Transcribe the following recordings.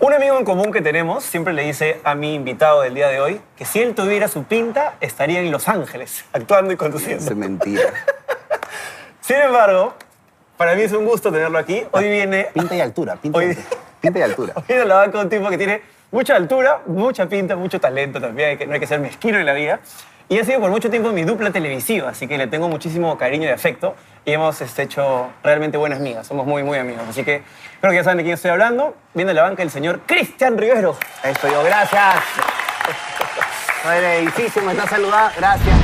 Un amigo en común que tenemos siempre le dice a mi invitado del día de hoy que si él tuviera su pinta, estaría en Los Ángeles, actuando y Eso conduciendo. es mentira. Sin embargo, para mí es un gusto tenerlo aquí. Hoy viene, Pinta y altura, pinta, y Oye. altura. Pinta y altura. hoy viene al lado con un tipo que tiene mucha altura, mucha pinta, mucho talento también, hay que, no hay que ser mezquino en la vida. Y ha sido por mucho tiempo mi dupla televisiva, así que le tengo muchísimo cariño y afecto. Y hemos este, hecho realmente buenas migas, somos muy, muy amigos. Así que creo que ya saben de quién estoy hablando. Viene a la banca el señor Cristian Rivero. Ahí estoy yo, gracias. No el edificio, me está saludando, gracias.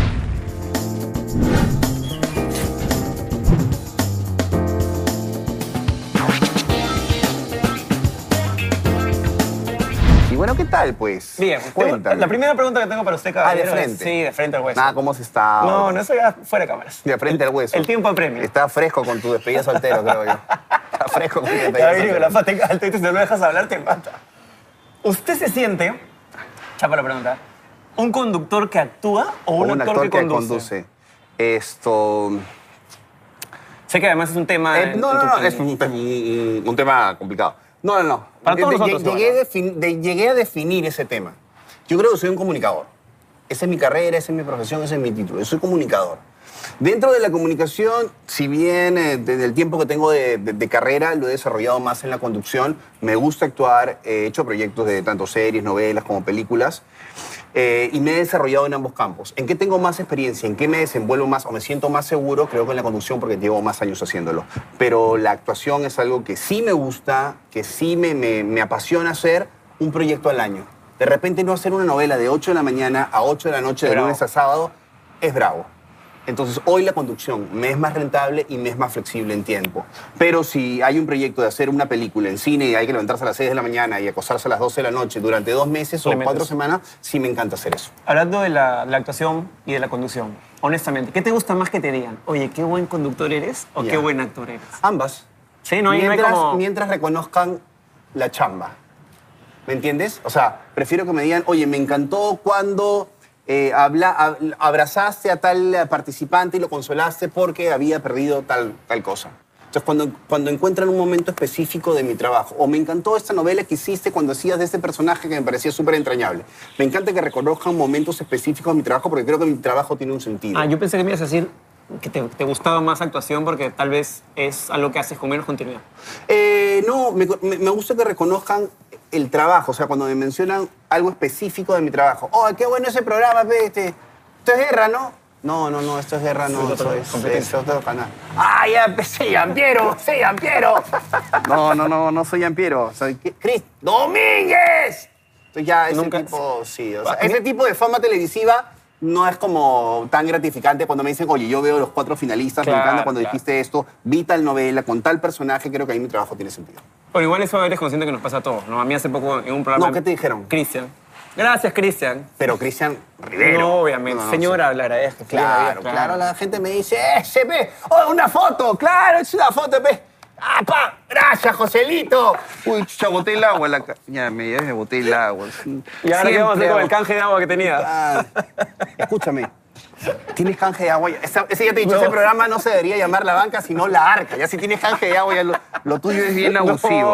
Y bueno, ¿qué tal, pues? Bien, tengo- cuéntame. la primera pregunta que tengo para usted, Ah, de caballero. es- frente. Sí, de frente al hueso. Nada, ¿cómo has estado? no, no, eso ya fuera de cámaras. De frente al hueso. El tiempo apremia. Está fresco con tu despedida soltero, creo yo. Está fresco con Ya tu despedida digo, soltero. la pata alta y si no lo dejas hablar, te mata. ¿Usted se siente, chapa la pregunta, un conductor que actúa o un, O actor, que, conduce? Esto. Sé que además es un tema... eh, en- no, en no, tu no, film. es un, un- un tema complicado. No, no, no. Para todos nosotros, llegué, igual, ¿no? defin- de- llegué a definir ese tema. Yo creo que soy un comunicador. Esa es mi carrera, esa es mi profesión, ese es mi título. Yo soy comunicador. Dentro de la comunicación, si bien eh, desde el tiempo que tengo de, de- de carrera lo he desarrollado más en la conducción, me gusta actuar, he hecho proyectos de tanto series, novelas como películas. Eh, y me he desarrollado en ambos campos. ¿En qué tengo más experiencia? ¿En qué me desenvuelvo más o me siento más seguro? Creo que en la conducción porque llevo más años haciéndolo. Pero la actuación es algo que sí me gusta, que sí me, me- me apasiona hacer un proyecto al año. De repente no hacer una novela de 8 de la mañana a 8 de la noche, de Bravo. lunes a sábado, es bravo. Entonces hoy la conducción me es más rentable y me es más flexible en tiempo. Pero si hay un proyecto de hacer una película en cine y hay que levantarse a las 6 de la mañana y acostarse a las 12 de la noche durante dos meses o Le metes. cuatro semanas, sí me encanta hacer eso. Hablando de la, la actuación y de la conducción, honestamente, ¿qué te gusta más que te digan? Oye, qué buen conductor eres o Ya. qué buen actor eres. Ambas. Sí, no hay- no hay mientras, como- mientras reconozcan la chamba. ¿Me entiendes? O sea, prefiero que me digan, oye, me encantó cuando eh, habla, ab- abrazaste a tal eh, participante y lo consolaste porque había perdido tal, tal cosa. Entonces, cuando, cuando encuentran un momento específico de mi trabajo, o me encantó esta novela que hiciste cuando hacías de este personaje que me parecía súper entrañable. Me encanta que reconozcan momentos específicos de mi trabajo porque creo que mi trabajo tiene un sentido. Ah, yo pensé que me ibas a decir que te, te gustaba más actuación porque tal vez es algo que haces con menos continuidad. Eh, no, me, me- me gusta que reconozcan el trabajo, o sea, cuando me mencionan algo específico de mi trabajo. ¡Oh, qué bueno ese programa, pe, este! Esto es guerra, ¿no? No, no, no, esto es guerra, no, Es otro- eso es, competencia. es otro canal. ¡Ah, ya, pe, sí, Ampiero, sí, Ampiero! No, no, no, no soy Ampiero, soy ¿qué? Cris. ¡Domínguez! Entonces ya ese Nunca- tipo, sí, o sea, Ah, mira. ese tipo de fama televisiva no es como tan gratificante cuando me dicen, oye, yo veo los cuatro finalistas, me Claro, encanta cuando claro. dijiste esto, vi tal novela con tal personaje, creo que ahí mi trabajo tiene sentido. Pero igual eso eres consciente que nos pasa a todos, ¿no? A mí hace poco en un programa... No, ¿qué te dijeron? Cristian. Gracias, Cristian. Pero Cristian Rivero. No, obviamente. No, no, Señora, le agradezco. sí. Claro, Feliz claro, Navidad, La gente me dice, ¡ese, pe! ¡Oh, una foto! ¡Claro, es una foto, pe! ¡Ah, pa! ¡Gracias, Joselito! Uy, chucha, boté el agua. La... ca- Ya, me, ya me boté el agua. Y ahora qué Siempre vamos a hacer con hago- el canje de agua que tenía. Ah, Escúchame. Tienes canje de agua. Esa- ese ya te he dicho, No. ese programa no se debería llamar la banca, sino la arca. Ya si tienes canje de agua, ya lo, lo tuyo es bien No,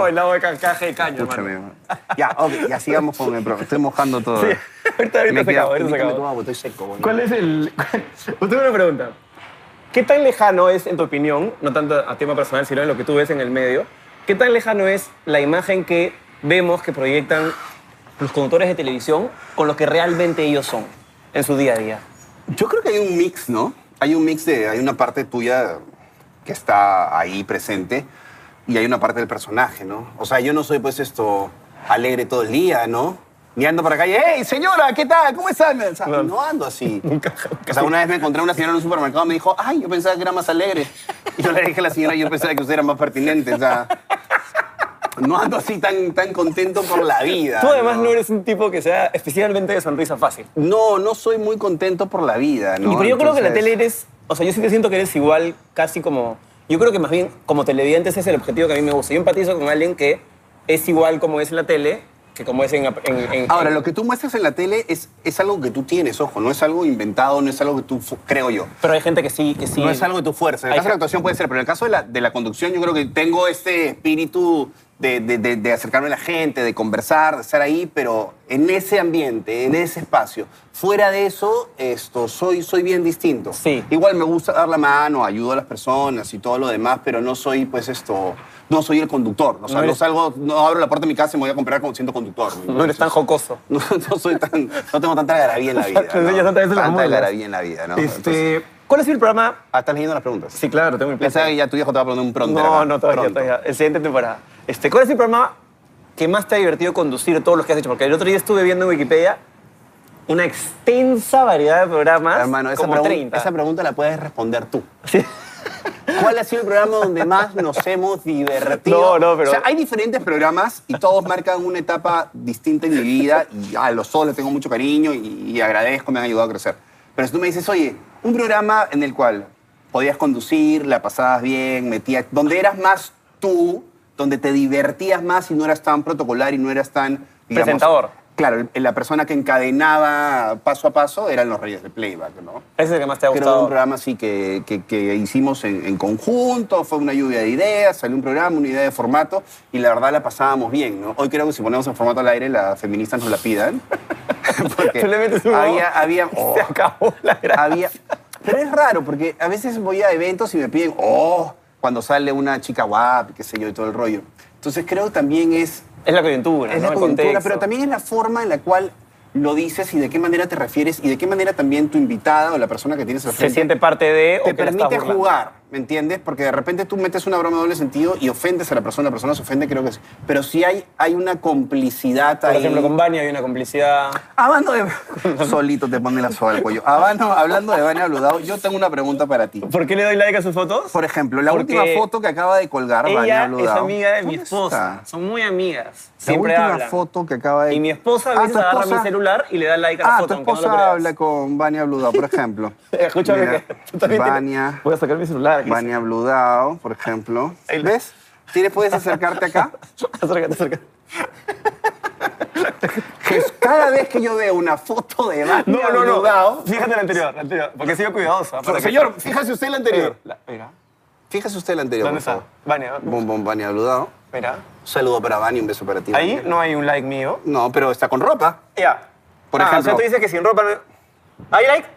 el agua de can- canje de caño, Escúchame. hermano. man. Ya, ok, ya sigamos con el programa. Estoy mojando todo. Sí, ahorita- ahorita Me se queda- acabó, ahorita se me queda- acabó. me tomo agua, Estoy seco, boludo. ¿Cuál es el...? Usted tiene una pregunta. ¿Qué tan lejano es, en tu opinión, no tanto a tema personal, sino en lo que tú ves en el medio, qué tan lejano es la imagen que vemos que proyectan los conductores de televisión con lo que realmente ellos son en su día a día? Yo creo que hay un mix, ¿no? Hay un mix de. Hay una parte tuya que está ahí presente y hay una parte del personaje, ¿no? O sea, yo no soy, pues, esto alegre todo el día, ¿no? Ni ando por la calle, ¡hey, señora, ¿qué tal? ¿Cómo estás? O sea, Claro. no ando así. O sea, una vez me encontré a una señora en un supermercado y me dijo, ¡ay, yo pensaba que era más alegre! Y yo le dije a la señora, yo pensaba que usted era más pertinente, o sea. No ando así tan, tan contento por la vida. Tú además ¿no? no eres un tipo que sea especialmente de sonrisa fácil. No, no soy muy contento por la vida, ¿no? Y pero yo creo que la Entonces- tele eres, o sea, yo sí te siento que eres igual, casi como, yo creo que más bien como televidente ese es el objetivo que a mí me gusta. Yo empatizo con alguien que es igual como es en la tele, que que como es en... en- en- Ahora, lo que tú muestras en la tele es, es algo que tú tienes, ojo, no es algo inventado, no es algo que tú, fu- creo yo. Pero hay gente que sí, que sí... No es algo de tu fuerza. En Hay el caso de la gente- actuación puede ser, pero en el caso de la, de la conducción yo creo que tengo este espíritu de, de- de- de acercarme a la gente, de conversar, de estar ahí, pero en ese ambiente, en ese espacio. Fuera de eso, esto, soy, soy bien distinto. Sí. Igual me gusta dar la mano, ayudo a las personas y todo lo demás, pero no soy, pues, esto, no soy el conductor. O sea, No no, eres- salgo, no abro la puerta de mi casa y me voy a comprar como siendo conductor. No eres tan jocoso. No, no soy tan, no tengo tanta algarabía en la vida. Te enseñas ¿no? otra vez las Tanta mulas. algarabía en la vida, ¿no? Entonces, Este, ¿Cuál ha sido el programa? ah, ¿Estás leyendo las preguntas? Sí, claro, tengo mi Pensaba que ya tu viejo te va a poner un pronto. No, no, todavía, todavía. El siguiente temporada. Este, ¿Cuál es el programa que más te ha divertido conducir de todos los que has hecho? Porque el otro día estuve viendo en Wikipedia una extensa variedad de programas. Hermano, esa, como pregun- 30. esa pregunta la puedes responder tú. Sí. ¿Cuál ha sido el programa donde más nos hemos divertido? No, no, pero- O sea, hay diferentes programas y todos marcan una etapa distinta en mi vida y a los dos les tengo mucho cariño y, y agradezco, me han ayudado a crecer. Pero si tú me dices, oye, un programa en el cual podías conducir, la pasabas bien, metías, donde eras más tú, donde te divertías más y no eras tan protocolar y no eras tan... digamos, Presentador. Claro, el- la persona que encadenaba paso a paso eran los reyes del playback, ¿no? Ese es el que más te ha Creo que era un gustado. programa así que, que- que hicimos en, en conjunto, fue una lluvia de ideas, salió un programa, una idea de formato y la verdad la pasábamos bien, ¿no? Hoy creo que si ponemos el formato al aire las feministas nos la pidan. Porque Tú le metes un había, ojo había, oh, Se acabó la gracia. había- Pero es raro porque a veces voy a eventos y me piden, oh, cuando sale una chica guapa, qué sé yo, y todo el rollo. Entonces creo que también es Es la coyuntura, es ¿no? la El coyuntura, contexto. pero también es la forma en la cual lo dices y de qué manera te refieres y de qué manera también tu invitada o la persona que tienes al Se frente siente parte de... o te que la estás permite burlando. jugar, ¿me entiendes? Porque de repente tú metes una broma de doble sentido y ofendes a la persona, la persona se ofende, creo que sí. Pero sí hay, hay una complicidad Por ahí. ejemplo, con Vania hay una complicidad. Hablando de... Solito te pone la soga al cuello. Habano- Ah, hablando de Vania Bludao, yo tengo una pregunta para ti. ¿Por qué le doy like a sus fotos? Por ejemplo, la Porque última foto que acaba de colgar Vania Ella es Bludao. amiga de mi ¿Dónde esposa. está? Son muy amigas. La Siempre última hablan. foto que acaba de... Y mi esposa a Ah, veces tu agarra mi esposa- celular y le da like a la Ah, foto. tu aunque no lo esposa creas. habla con Vania Bludao, por ejemplo. Escúchame, Mira, que tú también tienes- Vania, Voy a sacar mi celular. aquí. Vania Bludao, por ejemplo. Ahí la- ¿Ves? ¿Tienes, puedes acercarte acá? acércate, acércate. Que cada vez que yo veo una foto de Vania No, no, no. Bludao... Fíjate la anterior, la anterior. Porque he sido cuidadosa. para que- fíjese usted el Eh, la- mira. Fíjese usted el anterior, ¿Dónde por favor. está? Vania, Bom, bom, Vania Bludao. mira. Un saludo para Vania, un beso para ti. Ahí Vania. no hay un like mío. No, pero está con ropa. Ya. Por Ah, ejemplo. O sea, tú dices que sin ropa no... ¿Hay like?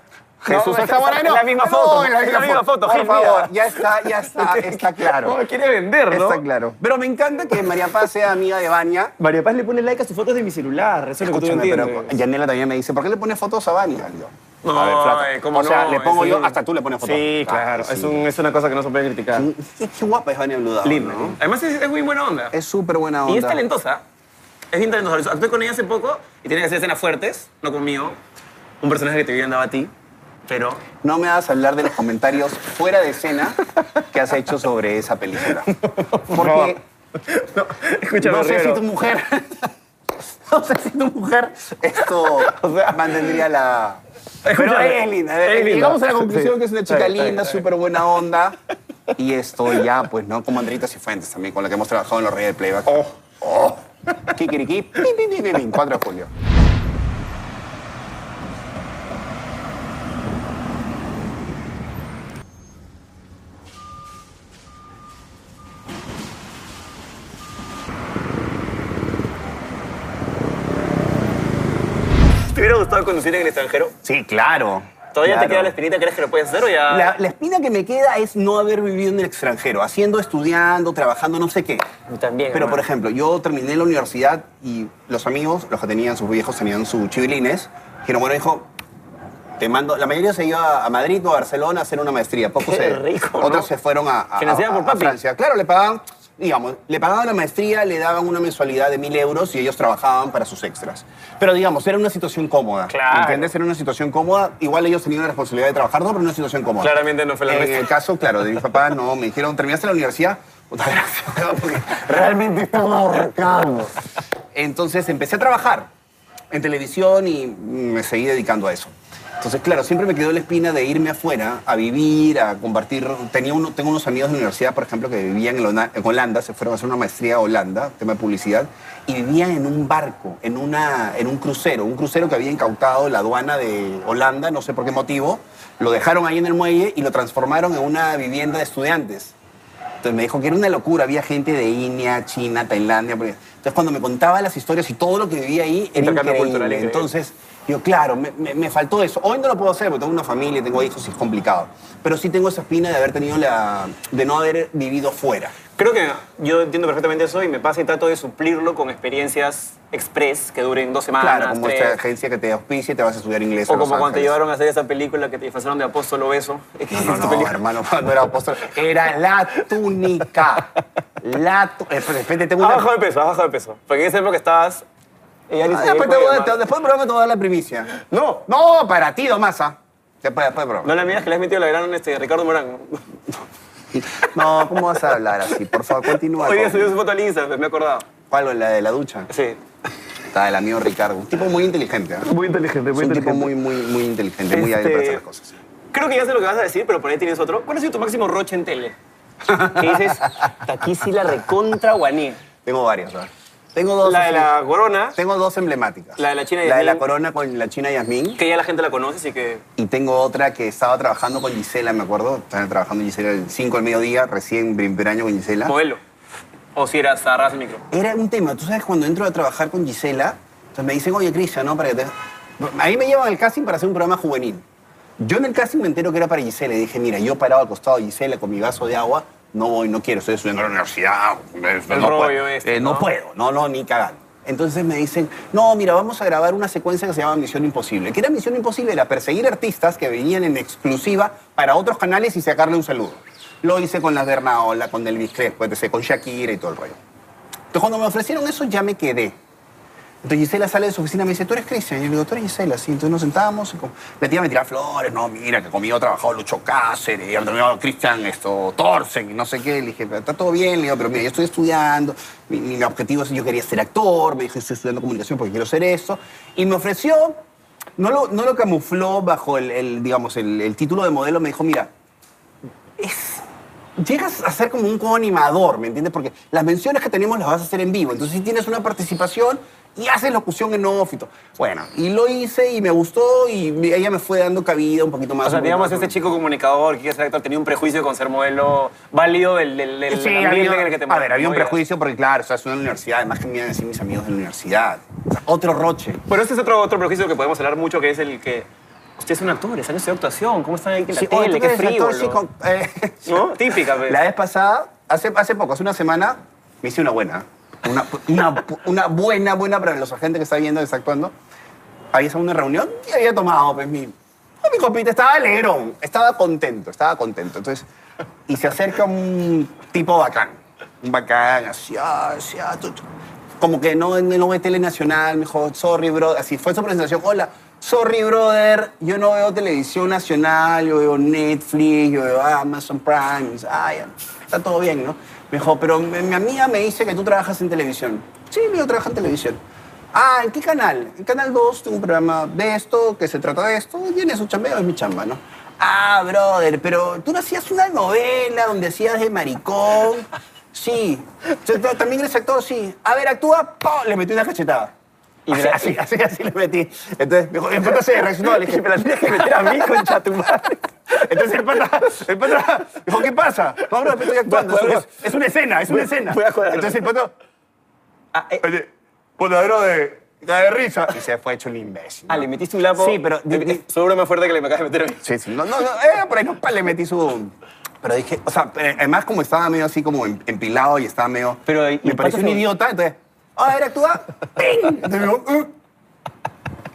Jesús no, está bueno, Es la misma foto. Es la misma foto. Por Gil, mira. favor, ya está, ya está, está claro. No me quiere vender, ¿no? Está claro. Pero me encanta que María Paz sea amiga de Vania. María Paz le pone like a sus fotos de mi celular. Eso es lo que tú no Escúchame, pero entiendes. Yanela también me dice, ¿por qué le pones fotos a Vania? Le digo, No, a ver, plata. eh, ¿cómo o sea, no? le pongo Es yo, un- hasta tú le pones fotos. Sí, claro. Ah, sí. Es, un- es una cosa que no se puede criticar. Qué, qué guapa es Vania Bludado, Linda. ¿no? Además es, es muy buena onda. Es súper buena onda. Y es talentosa. Es bien talentosa. Actué con ella hace poco y tenía que hacer escenas fuertes, no conmigo. Un personaje que te hubiera andado a ti, pero... No me hagas hablar de los comentarios fuera de escena que has hecho sobre esa película. Porque No, escúchame, no sé Rivero. si tu mujer. no sé si tu mujer esto O sea, mantendría la. Pero escúchame, es linda. es linda. Llegamos a la conclusión Sí. que es una chica Está bien, está linda, bien, está súper buena onda. Y esto ya, pues, ¿no? Como Andrita Cifuentes también, con la que hemos trabajado en los Reyes del Playback. Oh. Oh. Kikiriki. Pim, pim, pim, pim, pim. 4 de julio. ¿Te hubiera gustado conducir en el extranjero? Sí, claro. ¿Todavía te Claro. queda la espinita? ¿Crees que lo puedes hacer o ya...? La, la espina que me queda es no haber vivido en el extranjero, haciendo, estudiando, trabajando, no sé qué. Yo También. Pero, hermano. por ejemplo, yo terminé la universidad y los amigos, los que tenían sus viejos, tenían sus chivilines, dijeron, bueno, hijo, te mando... La mayoría se iba a Madrid o a Barcelona a hacer una maestría. Pocos Qué se- rico, ¿no? Otros se fueron a, a- Financiada a- por a papi. Francia. Claro, le pagaban, digamos, le pagaban la maestría, le daban una mensualidad de mil euros y ellos trabajaban para sus extras. Pero, digamos, era una situación cómoda. Claro. ¿Entiendes? Era una situación cómoda. Igual ellos tenían la responsabilidad de trabajar, no, pero una situación cómoda. Claramente no fue la En nuestra. el caso, claro, de mis papás, no, me dijeron, terminaste la universidad, puta gracias, porque realmente estaba ahorcado. Entonces empecé a trabajar en televisión y me seguí dedicando a eso. Entonces, claro, siempre me quedó la espina de irme afuera a vivir, a compartir. Tenía uno, tengo unos amigos de la universidad, por ejemplo, que vivían en, Lona- en Holanda, se fueron a hacer una maestría a Holanda, tema de publicidad, y vivían en un barco, en, una, en un crucero, un crucero que había incautado la aduana de Holanda, no sé por qué motivo. Lo dejaron ahí en el muelle y lo transformaron en una vivienda de estudiantes. Entonces me dijo que era una locura, había gente de India, China, Tailandia. por ahí. Entonces cuando me contaba las historias y todo lo que vivía ahí, era Intercambio increíble. cultural increíble. Entonces, yo, claro, me, me- me faltó eso. Hoy no lo puedo hacer porque tengo una familia, tengo hijos y es complicado. Pero sí tengo esa espina de haber tenido la... de no haber vivido fuera. Creo que yo entiendo perfectamente eso y me pasa y trato de suplirlo con experiencias express que duren dos semanas, claro, como tres, esta agencia que te auspicia y te vas a estudiar inglés. a O Los como cuando te Ángeles. llevaron a hacer esa película que te disfrazaron de apóstol obeso. No, no, no, hermano, no era apóstol. Era la túnica. La túnica. De repente tengo una... Abajo de peso, abajo de peso. Porque en esa época estabas... ella ni Ah, se después, te veía, voy a- hermano. después del programa te voy a dar la primicia. No, No, para ti, Domasa. Después, después del programa. no la miras que le has metido la gran este, Ricardo Morán. No, ¿cómo vas a hablar así? Por favor, continúa. Hoy día con- subió su foto al Instagram, me he acordado. ¿Cuál? ¿La de la ducha? Sí. Está el amigo Ricardo. Un tipo muy inteligente. ¿eh? Muy inteligente, Es un tipo muy, Este- muy, muy inteligente, muy hábil para hacer las cosas. Este, Creo que ya sé lo que vas a decir, pero por ahí tienes otro. ¿Cuál ha sido tu máximo roche en tele? Que dices, aquí sí la recontra guané. Tengo varias, ¿verdad? Tengo dos. La de así- la corona, Tengo dos emblemáticas. La de la China La de la Yasmín. corona con la China Yasmín. que ya la gente la conoce, así que... Y tengo otra que estaba trabajando con Gisela, me acuerdo. Estaba trabajando Gisela el 5 del mediodía, recién primer año con Gisela. Modelo. O si eras agarras el micro. Era un tema. Tú sabes, cuando entro a trabajar con Gisela, entonces me dicen, oye, Cristian, ¿no? Para que te... Ahí me llevan al casting para hacer un programa juvenil. Yo en el casting me entero que era para Gisela y dije, mira, yo parado al costado de Gisela con mi vaso de agua, no voy, no quiero, estoy estudiando en la universidad. El no rollo puedo, este, eh, ¿no? ¿no? puedo, no, no, ni cagando. Entonces me dicen, no, mira, vamos a grabar una secuencia que se llama Misión Imposible. ¿Qué era Misión Imposible? Era perseguir artistas que venían en exclusiva para otros canales y sacarle un saludo. Lo hice con las Bernaola, con Elvis Crespo, etc., con Shakira y todo el rollo. Entonces, cuando me ofrecieron eso, ya me quedé. Entonces Gisela sale de su oficina y me dice, ¿tú eres Cristian? Y yo le digo, tú eres Gisela, sí. Entonces nos sentábamos y como- la tía me tiraba flores, no, mira, que conmigo ha trabajado Lucho Cáceres, y ha trabajado Cristian esto, Torsen, y no sé qué. Le dije, pero está todo bien, le digo, pero mira, yo estoy estudiando, mi, mi objetivo es, yo quería ser actor, me dijo, estoy estudiando comunicación porque quiero ser eso. Y me ofreció, no lo, no lo camufló bajo el, el, digamos, el, el título de modelo, me dijo, mira, es llegas a ser como un co-animador, ¿me entiendes? Porque las menciones que tenemos las vas a hacer en vivo. Entonces, si tienes una participación y haces locución en ófito. Bueno, y lo hice y me gustó y ella me fue dando cabida un poquito más. O sea, un poquito digamos, más. este chico comunicador que quiere ser actor tenía un prejuicio con ser modelo válido del, del, del Sí, ambiente había- en el que te a ver, había un movías. prejuicio porque, claro, o sea, es una universidad, además que me iban a decir mis amigos de la universidad. O sea, otro roche. Bueno, este es otro, otro prejuicio que podemos hablar mucho, que es el que... Ustedes son actores, han estudiado actuación, ¿cómo están ahí en la Sí, oye, tele? ¿tú Qué eres frío. actor? Sí, con- eh, ¿No? Típica, pues. La vez pasada, hace, hace poco, hace una semana, me hice una buena. ¿eh? Una, una, una buena, buena para los agentes que está viendo, que está actuando. Había estado en una reunión y había tomado, pues, mi, mi copita. Estaba alegrón, estaba contento, estaba contento. Entonces, y se acerca un tipo bacán. Un bacán, así, ah, así, ah, tu, tu. Como que no, no ve tele nacional, me dijo, sorry, bro. Así fue su presentación. Hola, sorry, brother. Yo no veo televisión nacional, yo veo Netflix, yo veo Amazon Prime. Ah, ya, está todo bien, ¿no? Me dijo, pero mi, mi amiga me dice que tú trabajas en televisión. Sí, yo trabajo en televisión. Ah, ¿en qué canal? En Canal 2 tengo un programa de esto, que se trata de esto, y en eso chambeo, es mi chamba, ¿no? Ah, brother, pero tú no hacías una novela donde hacías de maricón. Sí. Yo ta- ¿También eres actor? Sí. A ver, actúa, ¡pum! le metí una cachetada. Y Y de la- así, así, así le metí. Entonces, me dijo, el pata se reaccionó, le dije, pero tienes que meter a mí, concha tu madre. Entonces el pata, el pata, dijo, ¿qué pasa? No, bro, estoy actuando, es, una- es una escena, es una escena. voy a cuadrarlo. Entonces el pata, Ah, eh, Oye, potadero de, de risa. Y se fue hecho el imbécil. ah, le metiste un lapo. Sí, pero- Le metiste- Seguro más fuerte que le me acabas de meter a mí. Sí, sí. No, no, no, eh, por ahí no, pa, le metí su... Pero dije, o sea, eh, además como estaba medio así como em- empilado y estaba medio... Pero, ¿y- y me el pareció pato un se- idiota, entonces... "Oh, A ver, actúa. ¡Ping! Entonces me dijo, "Eh".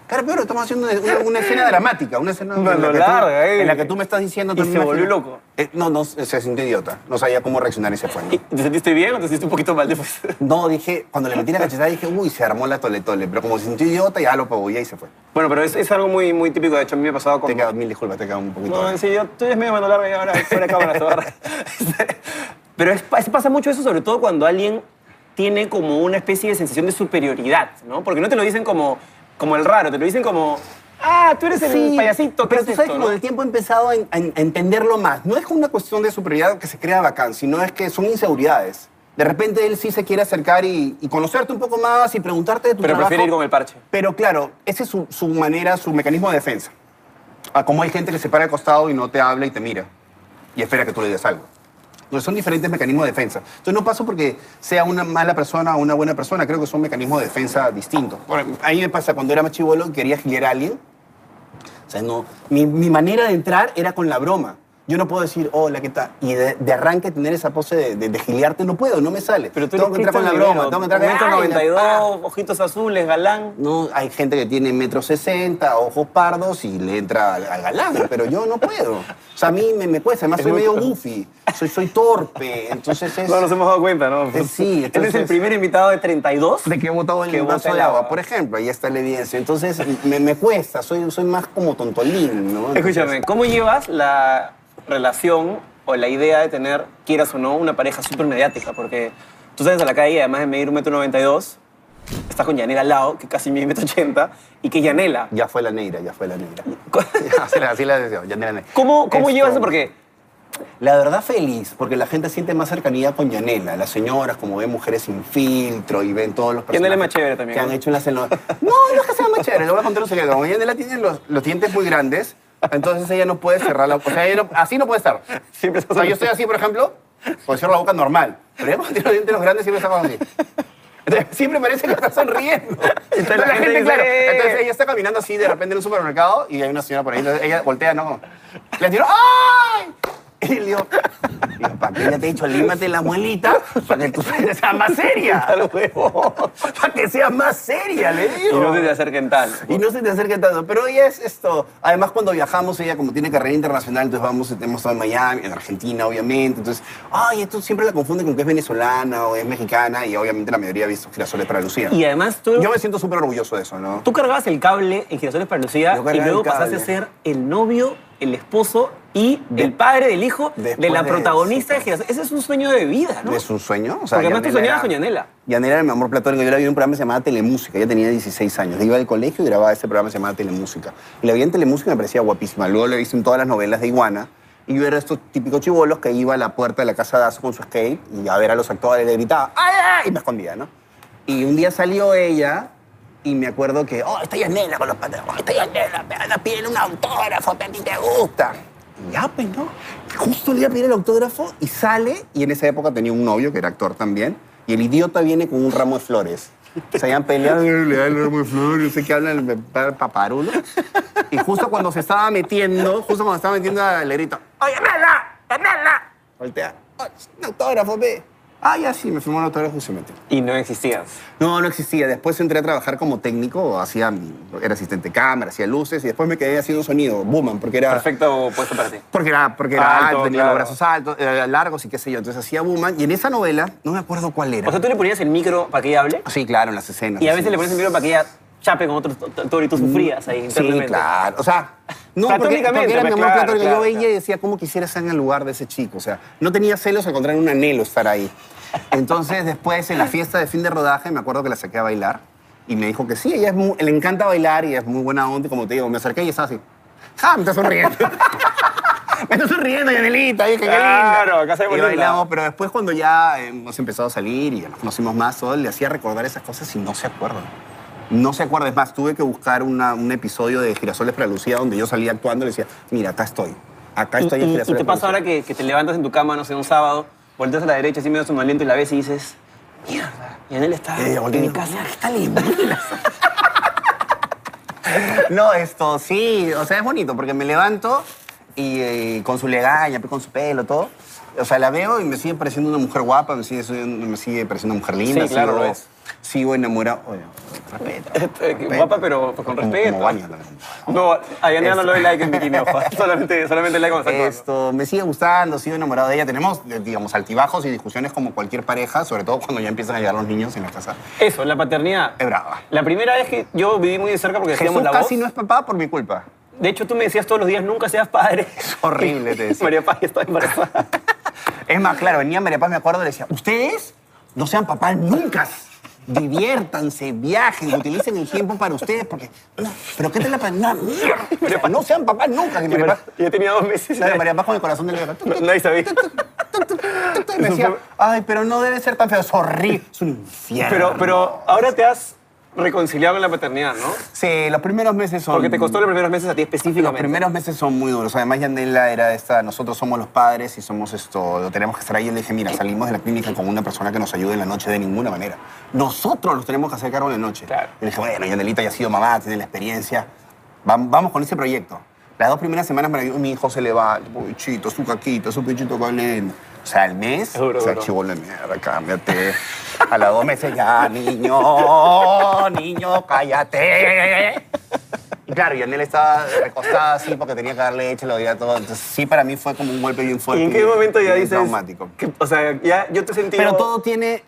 Claro, pero estamos haciendo una, una escena dramática, una escena No, en, lo la que larga, tú, eh. en la que tú me estás diciendo... tú Y me se imaginas- volvió loco. Eh, no, no, se se sintió idiota. No sabía cómo reaccionar y se fue. ¿no? ¿Y ¿Te sentiste bien o te sentiste un poquito mal después? No, dije, cuando le metí la cachetada dije, uy, se armó la tole tole. Pero como se sintió idiota, ya lo pagó y ahí se fue. Bueno, pero es, es algo muy, muy típico. De hecho, a mí me ha pasado con. Te quedas, mil disculpas, te quedas un poquito. No, sí, yo, tú eres medio mano larga y ahora fuera de cámara, te voy a agarrar. Pero es, es- pasa mucho eso, sobre todo cuando alguien tiene como una especie de sensación de superioridad, ¿no? Porque no te lo dicen como, como el raro, te lo dicen como, Ah, tú eres el payasito. que Pero hace tú sabes esto, que ¿no? con el tiempo he empezado a, en- a en- a entenderlo más. No es una cuestión de superioridad que se crea bacán, sino es que son inseguridades. De repente él sí se quiere acercar y, y conocerte un poco más y preguntarte de tu Pero trabajo. prefiere ir con el parche. Pero claro, esa es su, su manera, su mecanismo de defensa. A como hay gente que se para al costado y no te habla y te mira y espera que tú le digas algo. Entonces son diferentes mecanismos de defensa. Entonces no paso porque sea una mala persona o una buena persona, creo que son mecanismos de defensa distintos. Por ejemplo, a mí me pasa cuando era más chivolo quería gilear a alguien. O sea, no, mi, mi manera de entrar era con la broma. Yo no puedo decir, hola, ¿qué tal? Y de, de arranque tener esa pose de, de, de gilearte, no puedo, no me sale. Pero tú tengo que entrar con la broma, tengo que entrar con Metro ¡Ay, la 92, pa! ojitos azules, galán. No, hay gente que tiene metro sesenta, ojos pardos y le entra al, al galán, pero yo no puedo. O sea, a mí me, me cuesta, además soy medio goofy, soy, soy torpe, entonces es... No nos hemos dado cuenta, ¿no? Eh, Él sí, es el entonces- primer invitado de 32. de que he botado en Que el bota vaso el de agua, agua. por ejemplo, ahí está la evidencia. Entonces me, me cuesta, soy, soy más como tontolín, ¿no? Entonces, Escúchame, ¿cómo llevas la relación o la idea de tener, quieras o no, una pareja súper mediática? Porque tú sales a la calle, además de medir un metro 92, estás con Yanela al lado, que casi mide un metro 80, y que Yanela. Ya fue la negra, ya fue la negra. así, la- así la deseo, ya negra negra. ¿Cómo, cómo Esto- llevas eso? Porque La verdad feliz, porque la gente siente más cercanía con Yanela. Las señoras, como ven mujeres sin filtro y ven todos los Yanela es personajes más chévere también, Que ¿no? han hecho en las No, no es que sea más chévere, le voy a contar un secreto. Como Yanela tiene los, los dientes muy grandes, entonces ella no puede cerrar la boca. O sea, ella no- así no puede estar. Siempre o sea, yo estoy así, por ejemplo, pues cierro la boca normal. Pero ella cuando tiene los dientes los grandes siempre está como así. Entonces, siempre parece que está sonriendo. Entonces, la, gente, dice, claro. "Eh". Entonces, ella está caminando así de repente en un supermercado y hay una señora por ahí. Entonces, ella voltea, ¿no? Como, Le tiró, ¡ay! Y le digo, digo, ¿para qué ya te he dicho? Límate la muelita para que tú seas más seria. Para que seas más seria, le y digo. no se te acerquen tal. Y no se te acerque tanto. Pero ella es esto. Además, cuando viajamos, ella como tiene carrera internacional, entonces vamos, hemos estado en Miami, en Argentina, obviamente. Entonces, ay, esto siempre la confunde con que es venezolana o es mexicana y obviamente la mayoría ha visto girasoles para Lucía. Y además tú, Yo me siento súper orgulloso de eso, ¿no? tú cargabas el cable en Girasoles para Lucía Yo y cargaba luego el cable. Eh, pasaste a ser el novio, el esposo y el padre del hijo de después la de protagonista de eso, Girasoles. Ese es un sueñño de vida, ¿no? Es un sueño. O sea, Porque además tú Yanela soñabas era- con Yanela. Yanela era mi amor platónico. Yo la vi en un programa que se llamaba Telemúsica. Ella tenía 16 años. Iba al colegio y grababa ese programa que se llamaba Telemúsica. Y la vi en Telemúsica y me parecía guapísima. Luego la vi en todas las novelas de Iguana. Y yo era de estos típicos chivolos que iba a la puerta de la casa de Azo con su skate y a ver a los actores le gritaba ¡Ay, ay! y me escondía, ¿no? Y un día salió ella y me acuerdo que, oh, está Yanela con los pantalones, oh, está Yanela, me van a pedir un autógrafo que a ti te gusta. Y Ya, pues, ¿no? Justo le iba a pedir el autógrafo y sale, y en esa época tenía un novio que era actor también, y el idiota viene con un ramo de flores. Se habían peleado, le da el ramo de flores, no sé qué hablan, el pa- paparulo. Y justo cuando se estaba metiendo, justo cuando se estaba metiendo, le grito, ¡Oye, Yanela! ¡Yanela! Voltea, "Oh, un autógrafo, ve. Ah, ya sí, me firmó un autógrafo y se metió. Y no existías. No, no existía. Después entré a trabajar como técnico, hacía, era asistente de cámara, hacía luces y después me quedé haciendo sonido, boom, porque era... Perfecto puesto para ti. Porque era, porque era Alto, alto, tenía claro. los brazos altos, eh, largos y qué sé yo. Entonces hacía Booman. Y en esa novela, no me acuerdo cuál era. O sea, tú le ponías el micro para que ella hable sí, claro, en las escenas. y a veces sí. le ponías el micro para que ella chape con otro actor y tú sufrías ahí Mm. Sí, internamente. claro. O sea, no, porque, Platónicamente, porque era mi amor claro, platónico. claro, yo veía claro. y decía, ¿cómo quisiera estar en el lugar de ese chico? O sea, no tenía celos, al contrario, un anhelo estar ahí. Entonces, después, en la fiesta de fin de rodaje, me acuerdo que la saqué a bailar y me dijo que sí, ella es muy- le encanta bailar y es muy buena onda. Y como te digo, me acerqué y estaba así. ¡Ja! Me está sonriendo. me está sonriendo, Yanelita. Dije, qué linda. Claro, acá se ve Y linda. bailamos, pero después, cuando ya hemos empezado a salir y ya nos conocimos más, todo le hacía recordar esas cosas y no se acuerda. No se acuerda, es más, tuve que buscar una- un episodio de Girasoles para Lucía donde yo salía actuando y le decía, mira, acá estoy, acá Y, estoy en y- y Girasoles te para pasa ahora Lucía". que, que te levantas en tu cama, no sé, un sábado, volteas a la derecha así medio somnoliento y la ves y dices, mierda, y en él está Eh, en volteo. mi casa. está lindo. no, esto sí, o sea, es bonito porque me levanto y, eh, con su legaña, con su pelo, todo. O sea, la veo y me sigue pareciendo una mujer guapa, me sigue, me sigue pareciendo una mujer Sí, linda. claro, sigo, lo es. Sigo enamorado. Oye, respeto, respeto. Eh, Guapa, pero pues, con Como- respeto. Como baño también. No, a Yanela no le doy like en bikini, ojo. Solamente, solamente like cuando está actuando. Esto, me sigue gustando, sigo enamorado de ella. Tenemos, eh, digamos, altibajos y discusiones como cualquier pareja, sobre todo cuando ya empiezan a llegar los niños en la casa. Eso, la paternidad. Es brava. La primera vez que yo viví muy de cerca porque Jesús decíamos la voz. casi no es papá por mi culpa. De hecho, tú me decías todos los días, nunca seas padre. Es horrible, te decía. María Paz está embarazada. Es más, claro, venía María Paz, me acuerdo, y le decía, ustedes no sean papás nunca. diviértanse, viajen, utilicen el tiempo para ustedes, porque. No, pero ¿qué te la pa- no, mierda. O sea, no sean papás nunca. que María Paz- Yo tenía dos meses. eh. Claro, María Paz con el corazón de la No- Nadie sabía. Y me decía, ay, pero no debe ser tan feo, es horrible, es un infierno. Pero, pero ahora te has reconciliado con la paternidad, ¿no? Sí, los primeros meses son... Porque te costó los primeros meses a ti Los específicamente. primeros meses son muy duros. Además, Yandela era esta, nosotros somos los padres y somos esto, lo tenemos que estar ahí. Yo le dije, mira, salimos de la clínica con una persona que nos ayude en la noche de ninguna manera. Nosotros los tenemos que hacer cargo en la noche. Claro. Y le dije, bueno, Yandelita ya ha sido mamá, tiene la experiencia. Vam- Vamos con ese proyecto. Las dos primeras semanas, maravilloso, mi hijo se le va, pobrecito, su caquita, su pechito caliente. O sea, al mes, Es duro, o sea, duro. chivolo de mierda, cámbiate. A las dos meses ya, niño, niño, cállate. Y claro, y Anel estaba recostada así porque tenía que dar leche, lo veía todo. Entonces, sí, para mí fue como un golpe bien fuerte. ¿Y en qué momento ya bien dices? Traumático. que- o sea, ya yo te he sentido. Pero todo tiene.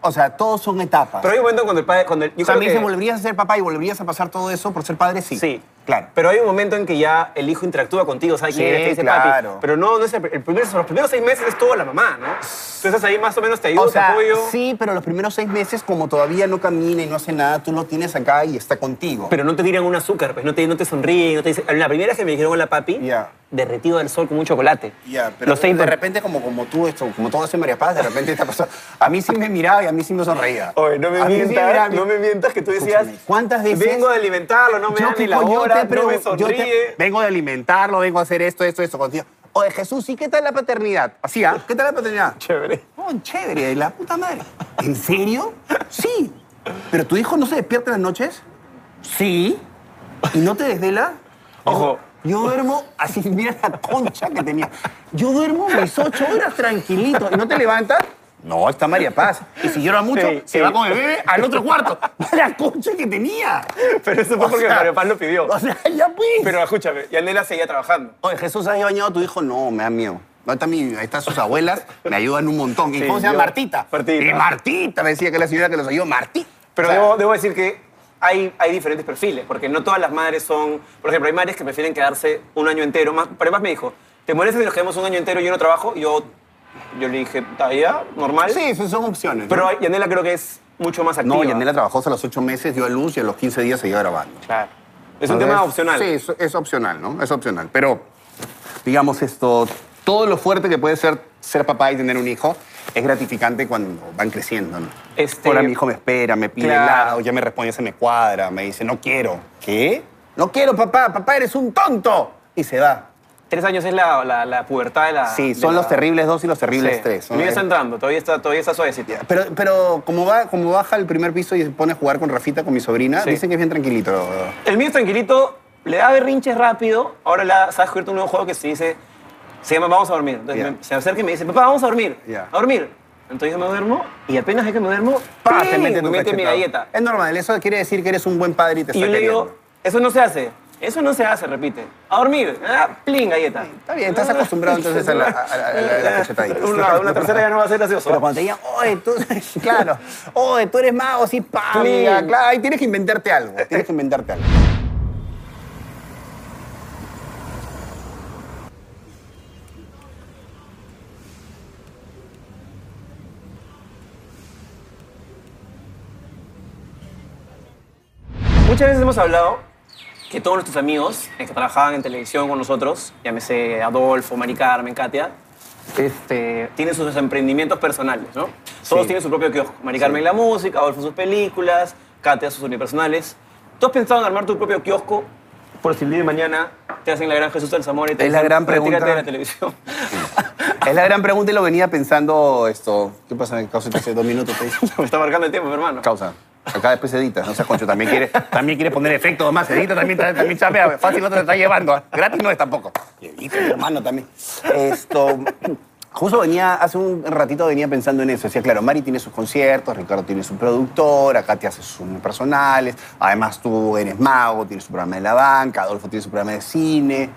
O sea, todos son etapas. Pero hay un momento cuando el padre. Cuando el- yo o sea, creo me dicen, que- ¿volverías a ser papá y volverías a pasar todo eso por ser padre? Sí. Sí. Claro. Pero hay un momento en que ya el hijo interactúa contigo, sabe quién Sí, eres, te dice claro. papi. Pero no, no es el, el primer, los primeros seis meses es todo la mamá, ¿no? Entonces ahí más o menos te ayuda, O sea, te apoyo. sí, pero los primeros seis meses, como todavía no camina y no hace nada, tú lo tienes acá y está contigo. Pero no te tiran un azúcar, pues no te, no te sonríen, no te dicen. La primera vez que me dijeron hola papi, Ya. derretido del sol con un chocolate. Ya, pero Los seis- de repente, como, como tú, esto, como todo hace María Paz, de repente esta persona. A mí sí me miraba y a mí sí me sonreía. Oye, no me A mí sí mientas, miraba, a mí- no me mientas que tú decías, Escúchame, ¿cuántas veces- vengo de alimentarlo, no me da Yo, ni tipo, la yo hora, te no me pregun- yo te- sonríe. vengo de alimentarlo, vengo a hacer esto, esto, esto contigo. Oye, Jesús, ¿y qué tal la paternidad? Así, ¿ah? ¿Qué tal la paternidad? Chévere. Oh, chévere, la puta madre. ¿En serio? Sí. ¿Pero tu hijo no se despierta en las noches? Sí. ¿Y no te desvela? Ojo. Yo, yo duermo así, mira la concha que tenía. Yo duermo mis ocho horas tranquilito. ¿Y no te levantas? No, está María Paz. Y si llora mucho, Sí, se sí. va con el bebé al otro cuarto. La concha que tenía. Pero eso fue O porque sea, Mario Paz lo pidió. O sea, ya pues. Pero escúchame, y Anela seguía trabajando. Oye, Jesús, ¿has bañado a tu hijo? No, me da miedo. Ahí, está mi- ahí están sus abuelas, me ayudan un montón. ¿Y Sí, cómo se llama? yo- Martita. Martita. Y Martita, me decía que la señora que los ayudó, Martita. Pero O sea, debo, debo decir que hay, hay diferentes perfiles, porque no todas las madres son. Por ejemplo, hay madres que prefieren quedarse un año entero. Más, pero además me dijo, ¿te molesta si nos quedamos un año entero y yo no trabajo? Y yo, yo le dije, ¿está ya? ¿Normal? Sí, esas son opciones. ¿no? Pero hay- Yanela creo que es mucho más activa. No, Yanela trabajó hasta los ocho meses, dio a luz y a los 15 días seguía grabando. Claro. Es un tema Entonces, opcional. Sí, es, es opcional, ¿no? Es opcional. Pero, digamos esto, todo lo fuerte que puede ser ser papá y tener un hijo es gratificante cuando van creciendo, ¿no? Este- Ahora mi hijo me espera, me pide Claro. helado, ya me responde, se me cuadra, me dice, no quiero. ¿Qué? No quiero, papá, papá, eres un tonto. Y se va. Tres años es la, la, la pubertad de la. sí, de son la- los terribles dos y los terribles Ah, Sí. tres. ¿no? Todavía Es- está entrando, todavía está, todavía está suavecito. Pero, pero como, va, como baja al primer piso y se pone a jugar con Rafita, con mi sobrina, Sí. dicen que es bien tranquilito. El mío es tranquilito, le da berrinches rápido. Ahora le ha, se ha descubierto un nuevo juego que se dice, se llama Vamos a dormir. Entonces Ya. me- se acerca y me dice, papá, vamos a dormir. Ya. A dormir. Entonces yo me duermo y apenas es que me duermo, ¡Pah! ¡pim! Ah, Te meten me tu mete mi cachetado. galleta. Es normal, eso quiere decir que eres un buen padre y te Y yo está le digo, queriendo. eso no se hace, eso no se hace, repite. A dormir, ah, plin, galleta. Está bien, estás acostumbrado entonces a la, a, a- a- a las cachetaditas. Una, una tercera ya no va a ser gracioso. Pero cuando te digan, oye, tú, claro, oye, tú eres mago, sí, pam, Clean. ya, claro, ahí tienes que inventarte algo, tienes que inventarte algo. Muchas veces hemos hablado que todos nuestros amigos eh, que trabajaban en televisión con nosotros, llámese Adolfo, Mari Carmen, Katia, este, tienen sus emprendimientos personales, ¿no? Todos Sí. tienen su propio kiosco. Mari Carmen la música, Adolfo sus películas, Katia sus unipersonales. ¿Tú has pensado en armar tu propio kiosco por si el día de mañana te hacen la gran Jesús del Zamora y te Es la dicen, gran "Retírate pregunta". de la televisión? Ah, Es la gran pregunta y lo venía pensando esto. ¿Qué pasa? Causa, hace dos minutos te dije. Me está marcando el tiempo, mi hermano. Causa. Acá después editas, no seas concho, también quieres también quieres poner efectos más, edita también, también chapea, fácil no te la está llevando, ¿ah? gratis no es tampoco. Y edita, hermano, también. Esto, justo venía, hace un ratito venía pensando en eso, decía, claro, Mari tiene sus conciertos, Ricardo tiene su productora, Katy hace sus personales, además tú eres mago, tienes su programa de la banca, Adolfo tiene su programa de cine,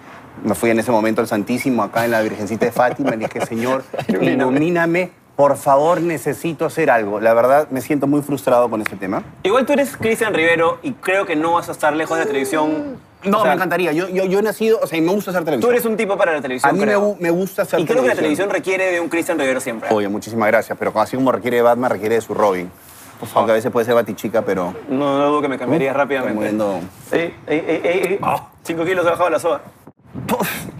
me fui en ese momento al Santísimo, acá en la Virgencita de Fátima, y le dije, Señor, ilumíname, por favor, necesito hacer algo. La verdad, me siento muy frustrado con este tema. Igual tú eres Cristian Rivero y creo que no vas a estar lejos de la televisión. No, O sea, me encantaría. Yo, yo, yo he nacido, o sea, y me gusta hacer Tú televisión. eres un tipo para la televisión, a mí me, creo. gu- me gusta hacer Y creo que la televisión requiere de un Cristian Rivero siempre. Oye, muchísimas gracias, pero así como requiere de Batman, requiere de su Robin. por favor. Aunque a veces puede ser batichica, pero. No, no dudo que me cambiaría Está rápidamente. muriendo. Ey, ey, ey, ey, ey. Cinco kilos he bajado la soda.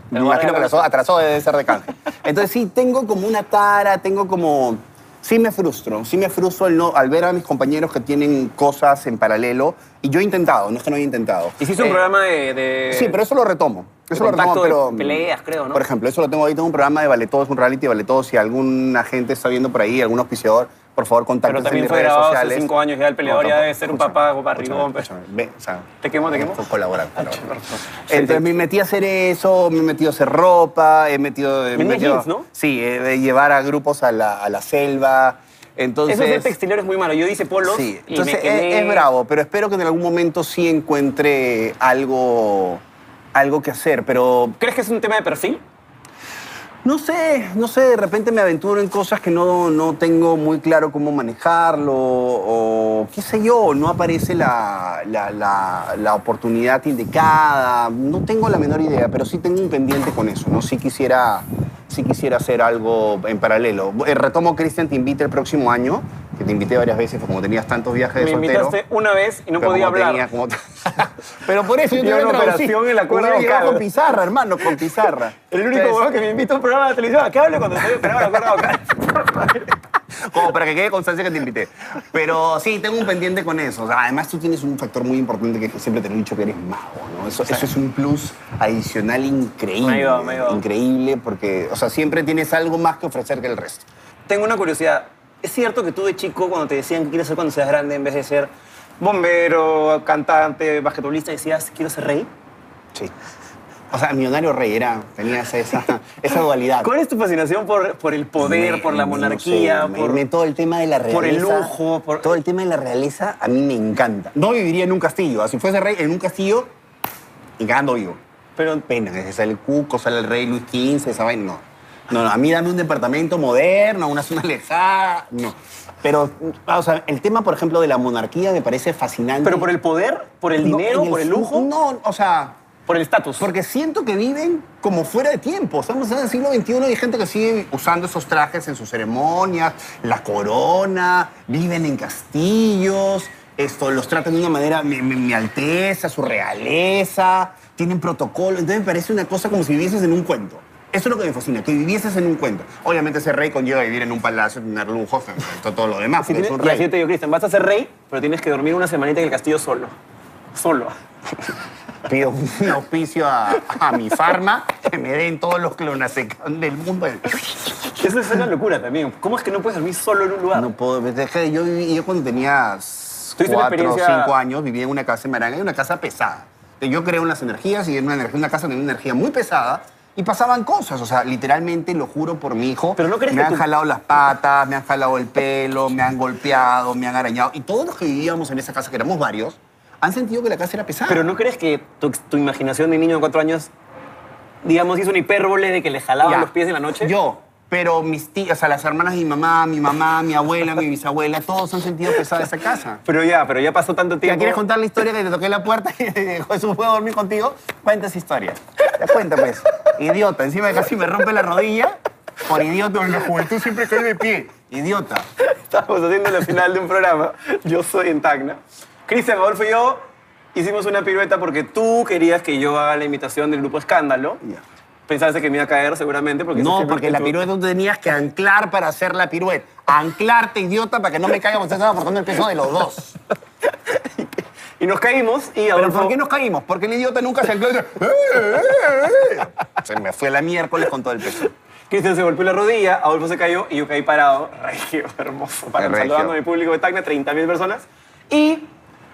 Me imagino que la soda atrasó debe ser de canje. Entonces sí, tengo como una tara, tengo como... Sí me frustro, sí me frustro al, no, al ver a mis compañeros que tienen cosas en paralelo. Y yo he intentado, no es que no haya intentado. Hiciste un Eh, programa de, de- Sí, pero eso lo retomo. Eso lo contacto retomo, de pero... peleas, creo, ¿no? Por ejemplo, eso lo tengo ahí, tengo un programa de Vale Todo, es un reality de Vale Todo. Si alguna gente está viendo por ahí, algún auspiciador, por favor, contáctense Pero también en mis fue redes grabado hace sociales. cinco años, ya el peleador ya tampoco. debe ser un Escúchame, papá, barrigón, escúchame, pero- escúchame. Ve, o sea, ¿Te quemo, te quemo? Colaborar, colaborar. Entonces me metí a hacer eso, me metí a hacer ropa, he metido... he Vendías metido- jeans, ¿no? Sí, eh, de llevar a grupos a la, a la selva. Entonces... Eso de textilero es muy malo. Yo hice polos Sí, y me entonces es- quemé. es, bravo, pero espero que en algún momento sí encuentre algo, algo que hacer, pero ¿Crees que es un tema de perfil? no sé, no sé, de repente me aventuro en cosas que no, no tengo muy claro cómo manejarlo o qué sé yo, no aparece la, la- la- la oportunidad indicada, no tengo la menor idea, pero sí tengo un pendiente con eso, ¿no? Sí quisiera, sí quisiera hacer algo en paralelo. Eh, Retomo, Cristian, te invito el próximo año, que te invité varias veces, como tenías tantos viajes de Me soltero. invitaste una vez y no Pero podía como hablar. tenía como- Pero por eso yo Y tengo una operación en la cuerda vocal. con pizarra, hermano, con pizarra. El único Entonces, huevón que me invita a un programa de televisión a que hable cuando estoy esperando la cuerda vocal. Como para que quede constancia que te invité. Pero sí, tengo un pendiente con eso. O sea, además, tú tienes un factor muy importante que siempre te lo he dicho que eres mago, ¿no? Eso, eso es un plus adicional increíble. Me ayudó, me ayudó. Increíble, porque, o sea, siempre tienes algo más que ofrecer que el resto. Tengo una curiosidad. ¿Es cierto que tú de chico, cuando te decían que quieres ser cuando seas grande, en vez de ser bombero, cantante, basquetbolista, decías quiero ser rey? Sí. O sea, Millonario Rey era, tenías esa, esa dualidad. ¿Cuál es tu fascinación por, por el poder, Ah. Me- por la no monarquía? sé, me- por... me- todo el tema de la realeza. por el lujo, por- Todo el tema de la realeza a mí me encanta. No viviría en un castillo. Si fuese rey en un castillo, y cagando vivo. Pero Pena, que sale el cuco, sale el rey Luis XV, esa vaina, no. No, no, a mí dame un departamento moderno, una zona lejana, no. Pero, o sea, el tema, por ejemplo, de la monarquía me parece fascinante. Pero por el poder, por el No, dinero, en por el sur- lujo, No, o sea, por el estatus. porque siento que viven como fuera de tiempo. Estamos en el siglo XXI y hay gente que sigue usando esos trajes en sus ceremonias, la corona, viven en castillos, esto, los tratan de una manera, mi, mi- mi alteza, su realeza, tienen protocolo. Entonces me parece una cosa como si vivieses en un cuento. Eso es lo que me fascina, que vivieses en un cuento. Obviamente ser rey conlleva vivir en un palacio, tener lujos, todo, todo lo demás, Si porque tienes, es un y rey. así te digo, Cristian, vas a ser rey, pero tienes que dormir una semanita en el castillo solo. Solo. pido un auspicio a, a mi farma que me den todos los clonazepam del mundo. Eso es una locura también. ¿Cómo es que no puedes dormir solo en un lugar? No puedo, pues, es que yo, viví- yo cuando tenía Tuviste una cuatro o experiencia- cinco años vivía en una casa en Maranga y una casa pesada. Yo creo en las energías y en una, energía- una casa tenía una energía muy pesada y pasaban cosas, o sea, literalmente lo juro por mi hijo. Pero no crees me que han tú- jalado las patas, me han jalado el pelo, me han golpeado, me han arañado. Y todos los que vivíamos en esa casa, que éramos varios, han sentido que la casa era pesada. Pero ¿no crees que tu, tu imaginación de niño de cuatro años, digamos, hizo una hipérbole de que le jalaban Ya. los pies en la noche? Yo. Pero mis tías, o sea, las hermanas de mi mamá, mi mamá, mi abuela, mi bisabuela, todos han sentido pesada esa casa. Pero ya, pero ya pasó tanto ¿Ya tiempo. quieres contar la historia que te toqué la puerta y Jesús puedo dormir contigo? Cuenta esa historia. Ya cuenta, pues. Idiota. Encima de casi me rompe la rodilla. Por idiota, en la juventud siempre cae de pie. Idiota. Estábamos haciendo la final de un programa. Yo soy en Tacna. Cristian, Adolfo y yo hicimos una pirueta porque tú querías que yo haga la imitación del grupo Escándalo. Pensaste que me iba a caer seguramente porque... No, siempre porque la tú- pirueta tú tenías que anclar para hacer la pirueta. Anclarte, idiota, para que no me caiga porque estaba aportando el peso de los dos. Y nos caímos y ¿Pero Adolfo... por qué nos caímos? Porque el idiota nunca se ancló. y- "Eh, Se me fue la miércoles con todo el peso. Cristian se golpeó la rodilla, Adolfo se cayó y yo caí parado. Regio, hermoso. Para Regio. saludando a mi público de Tacna, 30.000 personas. Y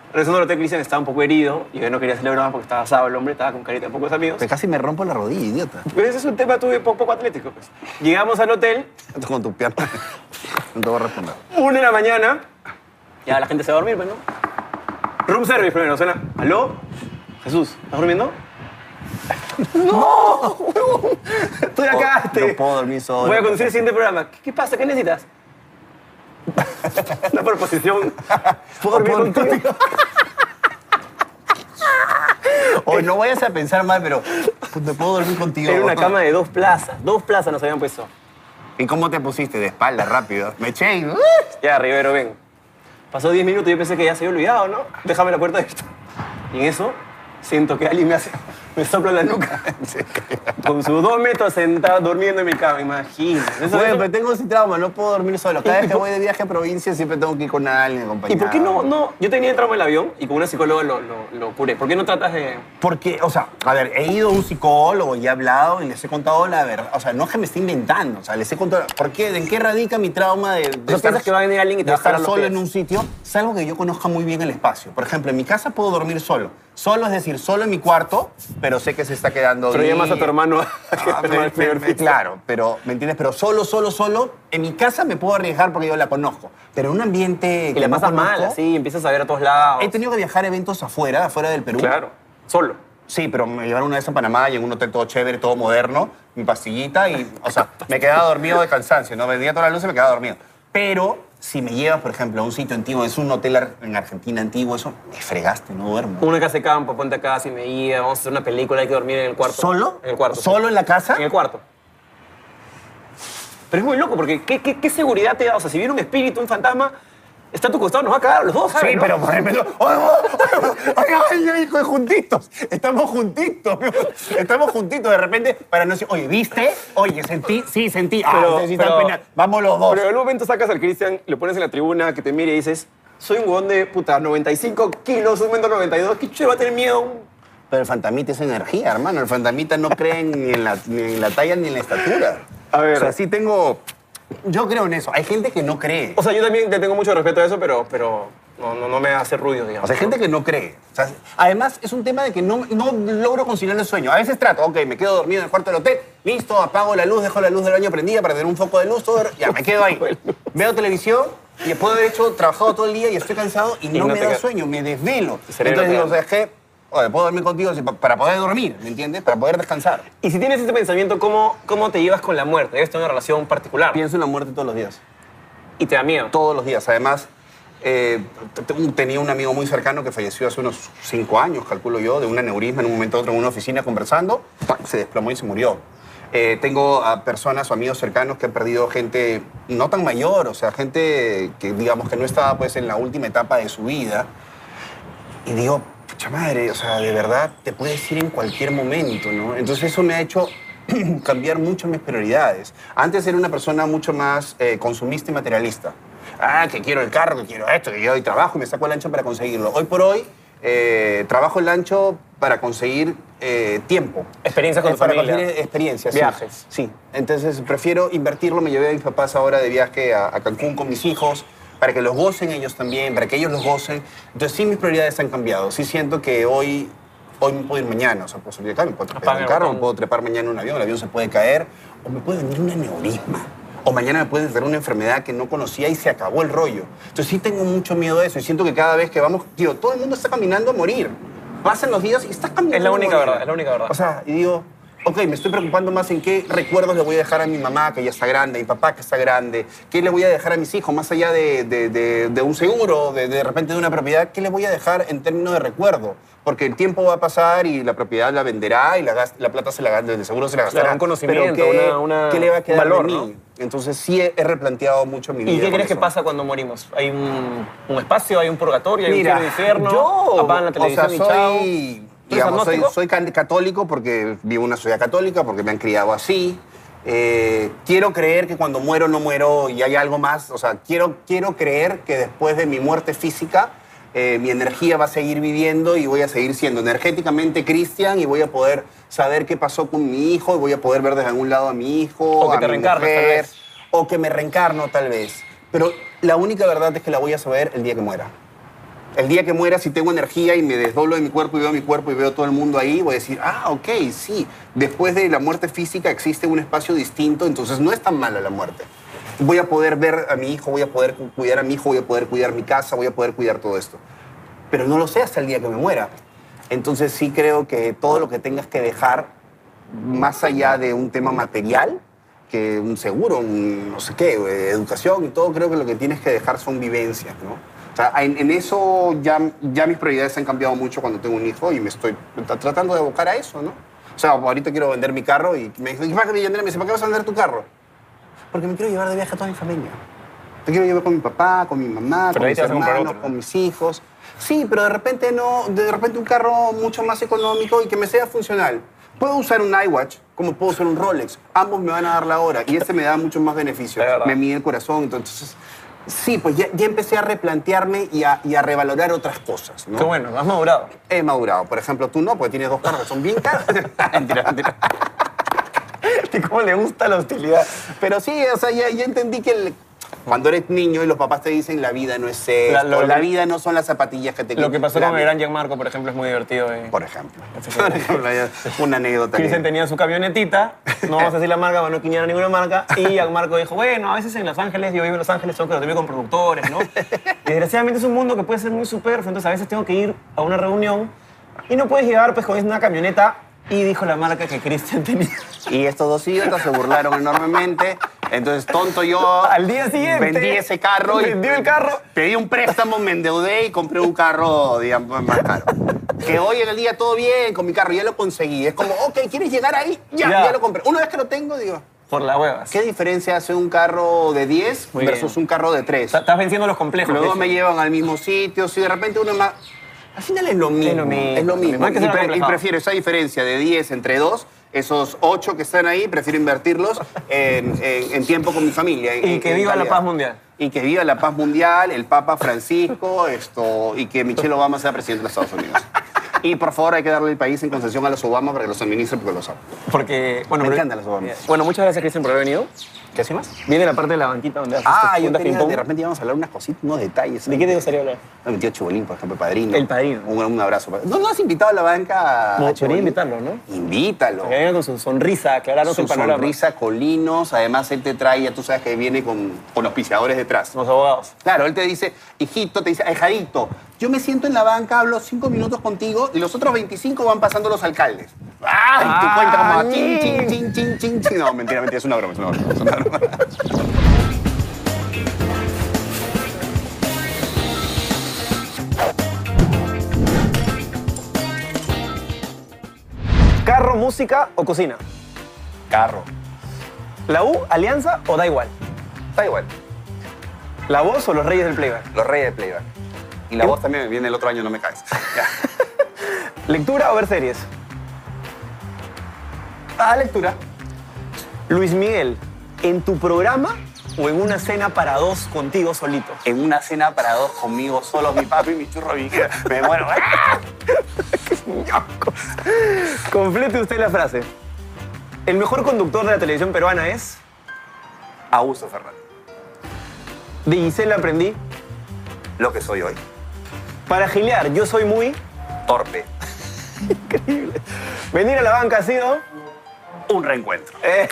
regresando al hotel, Cristian estaba un poco herido. Y yo no quería hacerle bromas porque estaba asado el hombre, estaba con carita de pocos amigos. Pues casi me rompo la rodilla, idiota. Pero ese es un tema tuyo poco, poco atlético. Pues. Llegamos al hotel, Con tu pierna. No te voy a responder. una de la mañana. Ya la gente se va a dormir, pues, ¿no? Room service primero, suena. ¿Aló? Jesús, ¿estás durmiendo? ¡No! Estoy acá. No este. puedo dormir solo. Voy a conducir el siguiente programa. ¿Qué, qué pasa? ¿Qué necesitas? Una proposición. ¿Puedo dormir ¿Puedo dormir contigo? Hoy no vayas a pensar mal, pero te puedo dormir contigo. Era una cama de dos plazas. Dos plazas nos habían puesto. ¿Y uh, cómo te pusiste? De espalda, rápido. Me eché y... Ya, Rivero, ven. Pasó 10 minutos y yo pensé que ya se había olvidado, ¿no? Déjame la puerta abierta. Y en eso siento que alguien me hace, me sopla la nuca. Con sus dos metros sentado durmiendo en mi cama, imagínate. Eso- Bueno, eso- pero tengo ese trauma, no puedo dormir solo. Cada ¿Y- vez y que por- voy de viaje a provincia siempre tengo que ir con alguien ¿Y acompañado. por qué no, no? Yo tenía el trauma del avión y con una psicóloga lo, lo, lo curé. ¿Por qué no tratas de...? Porque, o sea, a ver, he ido a un psicólogo y he hablado y les he contado la verdad. O sea, no es que me esté inventando, o sea, les he contado. ¿Por qué? ¿En qué radica mi trauma de, de sea, piensas que va a venir alguien y te de va a jalar estar los solo pies? en un sitio? Salvo que yo conozca muy bien el espacio. Por ejemplo, en mi casa puedo dormir solo. Solo, es decir, solo en mi cuarto, pero sé que se está quedando. Pero bien. llamas a tu hermano. Ah, me- me- me- claro, pero, ¿me entiendes? Pero solo, solo, solo, en mi casa me puedo arriesgar porque yo la conozco. Pero en un ambiente. Y la pasas mal, así, empiezas a ver a todos lados. He tenido que viajar a eventos afuera, afuera del Perú. Claro, solo. Sí, pero me llevaron una vez a Panamá y en un hotel todo chévere, todo moderno, mi pastillita y, o sea, me quedaba dormido de cansancio, no vendía toda la luz y me quedaba dormido. Pero si me llevas, por ejemplo, a un sitio antiguo, es un hotel ar- en Argentina antiguo, eso, me fregaste, no duermo. Una casa de campo, ponte acá, si me guía, vamos a hacer una película, hay que dormir en el cuarto. ¿Solo? En el cuarto. sí. ¿Solo en la casa? En el cuarto. Pero es muy loco, porque ¿qué, qué, qué seguridad te da? O sea, si viene un espíritu, un fantasma, está a tu costado, nos va a cagar a los dos, ¿sabes? Sí, no? pero por ejemplo, ¡Oh, oigan, hijo, juntitos, estamos juntitos, estamos juntitos de repente para no decir, oye, ¿viste? Oye, sentí, sí, sentí, ah, Pero- sí, sí, está pero- penal. vamos los dos. Pero en algún momento sacas al Cristian, lo pones en la tribuna, que te mire y dices, soy un huevón de puta, 95 kilos, un metro 92, ¿qué chulo va a tener miedo? Pero el fantasmita es energía, hermano. El fantasmita no cree ni en, la, ni en la talla ni en la estatura. A ver. O sea, sí tengo. Yo creo en eso. Hay gente que no cree. O sea, yo también te tengo mucho respeto a eso, pero, pero no, no, no me hace ruido, digamos. O sea, hay gente que no cree. O sea, además, es un tema de que no, no logro conciliar el sueño. A veces trato, ok, me quedo dormido en el cuarto del hotel, listo, apago la luz, dejo la luz del baño prendida para tener un foco de luz, todo, ya, me quedo ahí. Veo televisión y después de haber hecho, trabajado todo el día y estoy cansado y no, no me te da queda- sueño, me desvelo. cerebro Entonces digo, o te sea, es que, oye, puedo dormir contigo si- pa- para poder dormir, ¿me entiendes? Para poder descansar. Y si tienes ese pensamiento, ¿cómo, cómo te llevas con la muerte? Debes tener una relación particular Pienso en la muerte todos los días. y te da miedo. todos los días. Además, eh, t- t- tenía un amigo muy cercano que falleció hace unos cinco años, calculo yo, de un aneurisma en un momento u otro en una oficina conversando, ¡pac! se desplomó y se murió. Eh, tengo a personas o amigos cercanos que han perdido gente no tan mayor, o sea, gente que digamos que no estaba pues en la última etapa de su vida. Y digo, pucha madre, o sea, de verdad te puedes ir en cualquier momento, ¿no? Entonces eso me ha hecho cambiar mucho mis prioridades. Antes era una persona mucho más eh, consumista y materialista. Ah, que quiero el carro, que quiero esto, que yo hoy trabajo y me saco el ancho para conseguirlo. Hoy por hoy eh, trabajo el ancho para conseguir eh, tiempo. Experiencias con Eh, tu para familia. conseguir experiencias. sí. Viajes. Sí, entonces prefiero invertirlo. Me llevé a mis papás ahora de viaje a, a Cancún con mis hijos para que los gocen ellos también, para que ellos los gocen. Entonces sí, mis prioridades han cambiado. Sí siento que hoy, hoy me puedo ir mañana, o sea, puedo salir de acá, me puedo trepar Apaga en el un carro, botón. me puedo trepar mañana en un avión, el avión se puede caer, o me puede venir un aneurisma. O mañana me puede dar una enfermedad que no conocía y se acabó el rollo. Entonces sí tengo mucho miedo de eso y siento que cada vez que vamos, tío, todo el mundo está caminando a morir. Pasan los días y estás caminando. Es la a única morir. verdad, es la única verdad. O sea, y digo, ok, me estoy preocupando más en qué recuerdos le voy a dejar a mi mamá, que ya está grande, a mi papá, que está grande, qué le voy a dejar a mis hijos, más allá de, de- de- de un seguro, de, de repente de una propiedad, qué le voy a dejar en términos de recuerdo. Porque el tiempo va a pasar y la propiedad la venderá y la, gas- la plata se la gasta, el seguro se la gastará. un conocimiento, Pero ¿qué, una- una- ¿qué le va a quedar un valor, de mí? Entonces sí he, he replanteado mucho mi vida. ¿Y qué con crees que eso. pasa cuando morimos? ¿Hay un, un espacio, hay un purgatorio, hay un cielo, infierno? yo, apagan la televisión o y sea, chao. ¿Tú soy, eres digamos, soy, agnóstico? soy can- católico porque vivo en una sociedad católica, porque me han criado así. Eh, quiero creer que cuando muero no muero y hay algo más. O sea, quiero, quiero creer que después de mi muerte física, eh, mi energía va a seguir viviendo y voy a seguir siendo energéticamente cristian y voy a poder saber qué pasó con mi hijo y voy a poder ver desde algún lado a mi hijo, O que a te mi reencarnes, tal mujer, vez. o que me reencarno tal vez. Pero la única verdad es que la voy a saber el día que muera. El día que muera, si tengo energía y me desdoblo de mi cuerpo y veo mi cuerpo y veo todo el mundo ahí, voy a decir, ah, ok, sí, después de la muerte física existe un espacio distinto, entonces no es tan mala la muerte. Voy a poder ver a mi hijo, voy a poder cu- cuidar a mi hijo, voy a poder cuidar mi casa, voy a poder cuidar todo esto. Pero no lo sé hasta el día que me muera. Entonces sí creo que todo lo que tengas que dejar, más allá de un tema material, que un seguro, un no sé qué, eh, educación y todo, creo que lo que tienes que dejar son vivencias, ¿no? O sea, en, en eso ya, ya mis prioridades han cambiado mucho cuando tengo un hijo y me estoy tra- tratando de abocar a eso, ¿no? O sea, ahorita quiero vender mi carro y me dicen, "¿Qué vas a vender?" Me dice, ¿para qué vas a vender tu carro? Porque me quiero llevar de viaje a toda mi familia. Te quiero llevar con mi papá, con mi mamá, Pero con ahí mis te vas a comprar hermanos, otro, ¿no? con mis hijos. Sí, pero de repente no, de repente un carro mucho más económico y que me sea funcional. Puedo usar un iWatch como puedo usar un Rolex. Ambos me van a dar la hora y este me da mucho más beneficios. Es verdad. Me mide el corazón, entonces... Sí, pues ya, ya empecé a replantearme y a, y a revalorar otras cosas, ¿no? Qué bueno, has madurado. He madurado. Por ejemplo, tú no, porque tienes dos carros, son bien caros. Mentira, mentira. Y cómo le gusta la hostilidad. Pero sí, o sea, ya, ya entendí que el- cuando eres niño y los papás te dicen la vida no es esto, La- Este, la, lo- lo- vida no son las zapatillas que te Lo que pasó la con el vida- gran Gianmarco, por ejemplo, es muy divertido. eh. Por ejemplo. Por ejemplo, ya, una anécdota. Cristian tenía su camionetita, no vamos a decir la marca para no quiñar a ninguna marca, y Gianmarco dijo, bueno, a veces en Los Ángeles, yo vivo en Los Ángeles, tengo que reunirme con productores, ¿no? Y desgraciadamente es un mundo que puede ser muy superfluo, entonces a veces tengo que ir a una reunión y no puedes llegar pues con una camioneta y dijo la marca que Cristian tenía. Y estos dos idiotas se burlaron enormemente. Entonces, tonto yo. Al día siguiente, Vendí ese carro. vendió el carro. Pedí un préstamo, me endeudé y compré un carro, digamos, más caro. Que hoy en el día todo bien con mi carro, ya lo conseguí. Es como, ok, ¿quieres llegar ahí? Ya, Ya. ya, lo compré. Una vez que lo tengo, digo, Por la huevas. ¿qué diferencia hace un carro de 10 Muy versus bien. un carro de 3? Está- Estás venciendo los complejos. Luego Cristian. me llevan al mismo sitio, si de repente uno es más... Al final es lo mismo. lo mismo. Es lo mismo. Hay que Y, ser pre- y acomplejado. prefiero esa diferencia de 10 entre 2, esos 8 que están ahí, prefiero invertirlos en, en- en tiempo con mi familia. en- Y en- que en viva la calidad. paz mundial. Y que viva la paz mundial, el Papa Francisco, esto, y que Michelle Obama sea presidente de los Estados Unidos. Y por favor hay que darle el país en concesión a los Obama para que los administren porque los amo. Porque, bueno, Me pero- encantan los Obamas. Bueno, muchas gracias, Cristian, por haber venido. ¿Qué así más? Viene la parte de la banquita donde haces Ah, tus yo puntas tenía, ping-pong. de repente íbamos a hablar unas cositas, unos detalles. ¿De qué te gustaría hablar? No, mi tío Chibolín, por ejemplo, padrino. El padrino. Un, un abrazo. ¿No lo has invitado a la banca? a Podría Chibolín? invitarlo, ¿no? Invítalo. Que venga con su sonrisa, aclararnos Su el panorama. sonrisa, colinos. Además, él te trae, ya tú sabes que viene con, con auspiciadores detrás. Los abogados. Claro, él te dice, hijito, te dice, ahijadito, yo me siento en la banca, hablo cinco minutos contigo y los otros 25 van pasando los alcaldes. ¡Ay! Ah, tu cuenta como va, chin, bien. chin, chin, chin, chin, chin. No, mentira, mentira, es una broma, es una broma. es una broma. ¿Carro, música o cocina? Carro. ¿La U, Alianza o da igual? Está igual. ¿La voz o los reyes del playback? Los reyes de playback. Y la voz también me viene el otro año, no me caes. ¿Lectura o ver series? ah, lectura. Luis Miguel, ¿en tu programa o en una cena para dos contigo solito? En una cena para dos conmigo, solo mi papi y mi churro vigía. Me muero. ¡Ah! Complete usted la frase. El mejor conductor de la televisión peruana es. Augusto Fernández. De Gisela aprendí. Lo que soy hoy. Para gilear, yo soy muy. Torpe. Increíble. Venir a la banca ha sido. Un reencuentro. Eh.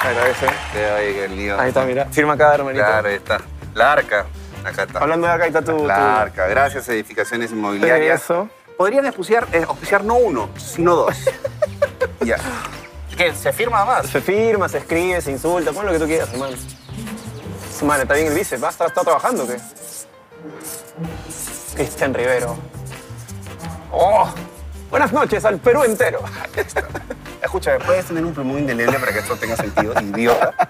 Agradece. Te doy el lío. Ahí está, mira. Firma acá, hermanito. Claro, ahí está. La arca. Acá está. Hablando de acá, ahí está tu. La tu- arca. Gracias, edificaciones inmobiliarias. Eso. Podrían auspiciar, eh, auspiciar no uno, sino dos. ya. ¿Qué? ¿Se firma más? Se firma, se escribe, se insulta, pon lo que tú quieras, hermano. Su madre, está bien el bíceps, ¿va? ¿Está, está trabajando o qué? Cristian Rivero. ¡Oh! Buenas noches al Perú entero. Escúchame, puedes tener un plumón indeleble para que esto tenga sentido, idiota.